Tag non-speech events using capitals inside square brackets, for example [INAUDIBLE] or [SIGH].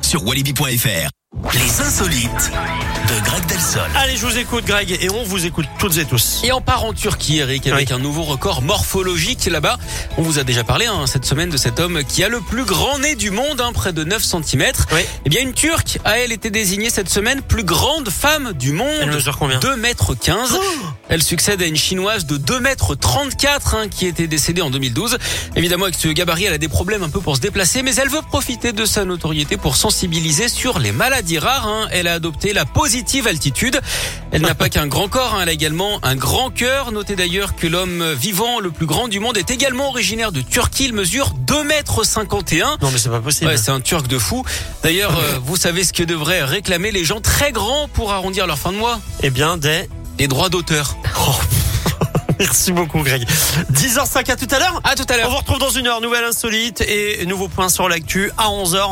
sur walibi.fr. Les insolites de Greg Delsol. Allez, je vous écoute, Greg, et on vous écoute toutes et tous. Et on part en Turquie, Eric, avec un nouveau record morphologique là-bas. On vous a déjà parlé hein, cette semaine de cet homme qui a le plus grand nez du monde, hein, près de 9 cm. Oui. Eh bien, une Turque a, elle, été désignée cette semaine plus grande femme du Elle monde. mesure combien 2 mètres 15. Elle succède à une chinoise de 2 mètres 34 hein, qui était décédée en 2012. Évidemment, avec ce gabarit, elle a des problèmes un peu pour se déplacer, mais elle veut profiter de sa notoriété pour sensibiliser sur les maladies rares. hein. Elle a adopté la positive altitude. Elle n'a pas qu'un grand corps, hein, elle a également un grand cœur. Notez d'ailleurs que l'homme vivant le plus grand du monde est également originaire de Turquie. Il mesure 2 mètres 51. Non, mais c'est pas possible. Ouais, c'est un turc de fou. D'ailleurs, euh, vous savez ce que devraient réclamer les gens très grands pour arrondir leur fin de mois eh bien, des. Les droits d'auteur. Oh. [LAUGHS] Merci beaucoup, Greg. 10h05, à tout à l'heure. À tout à l'heure. On vous retrouve dans une heure. Nouvelle insolite et nouveau point sur l'actu à 11h.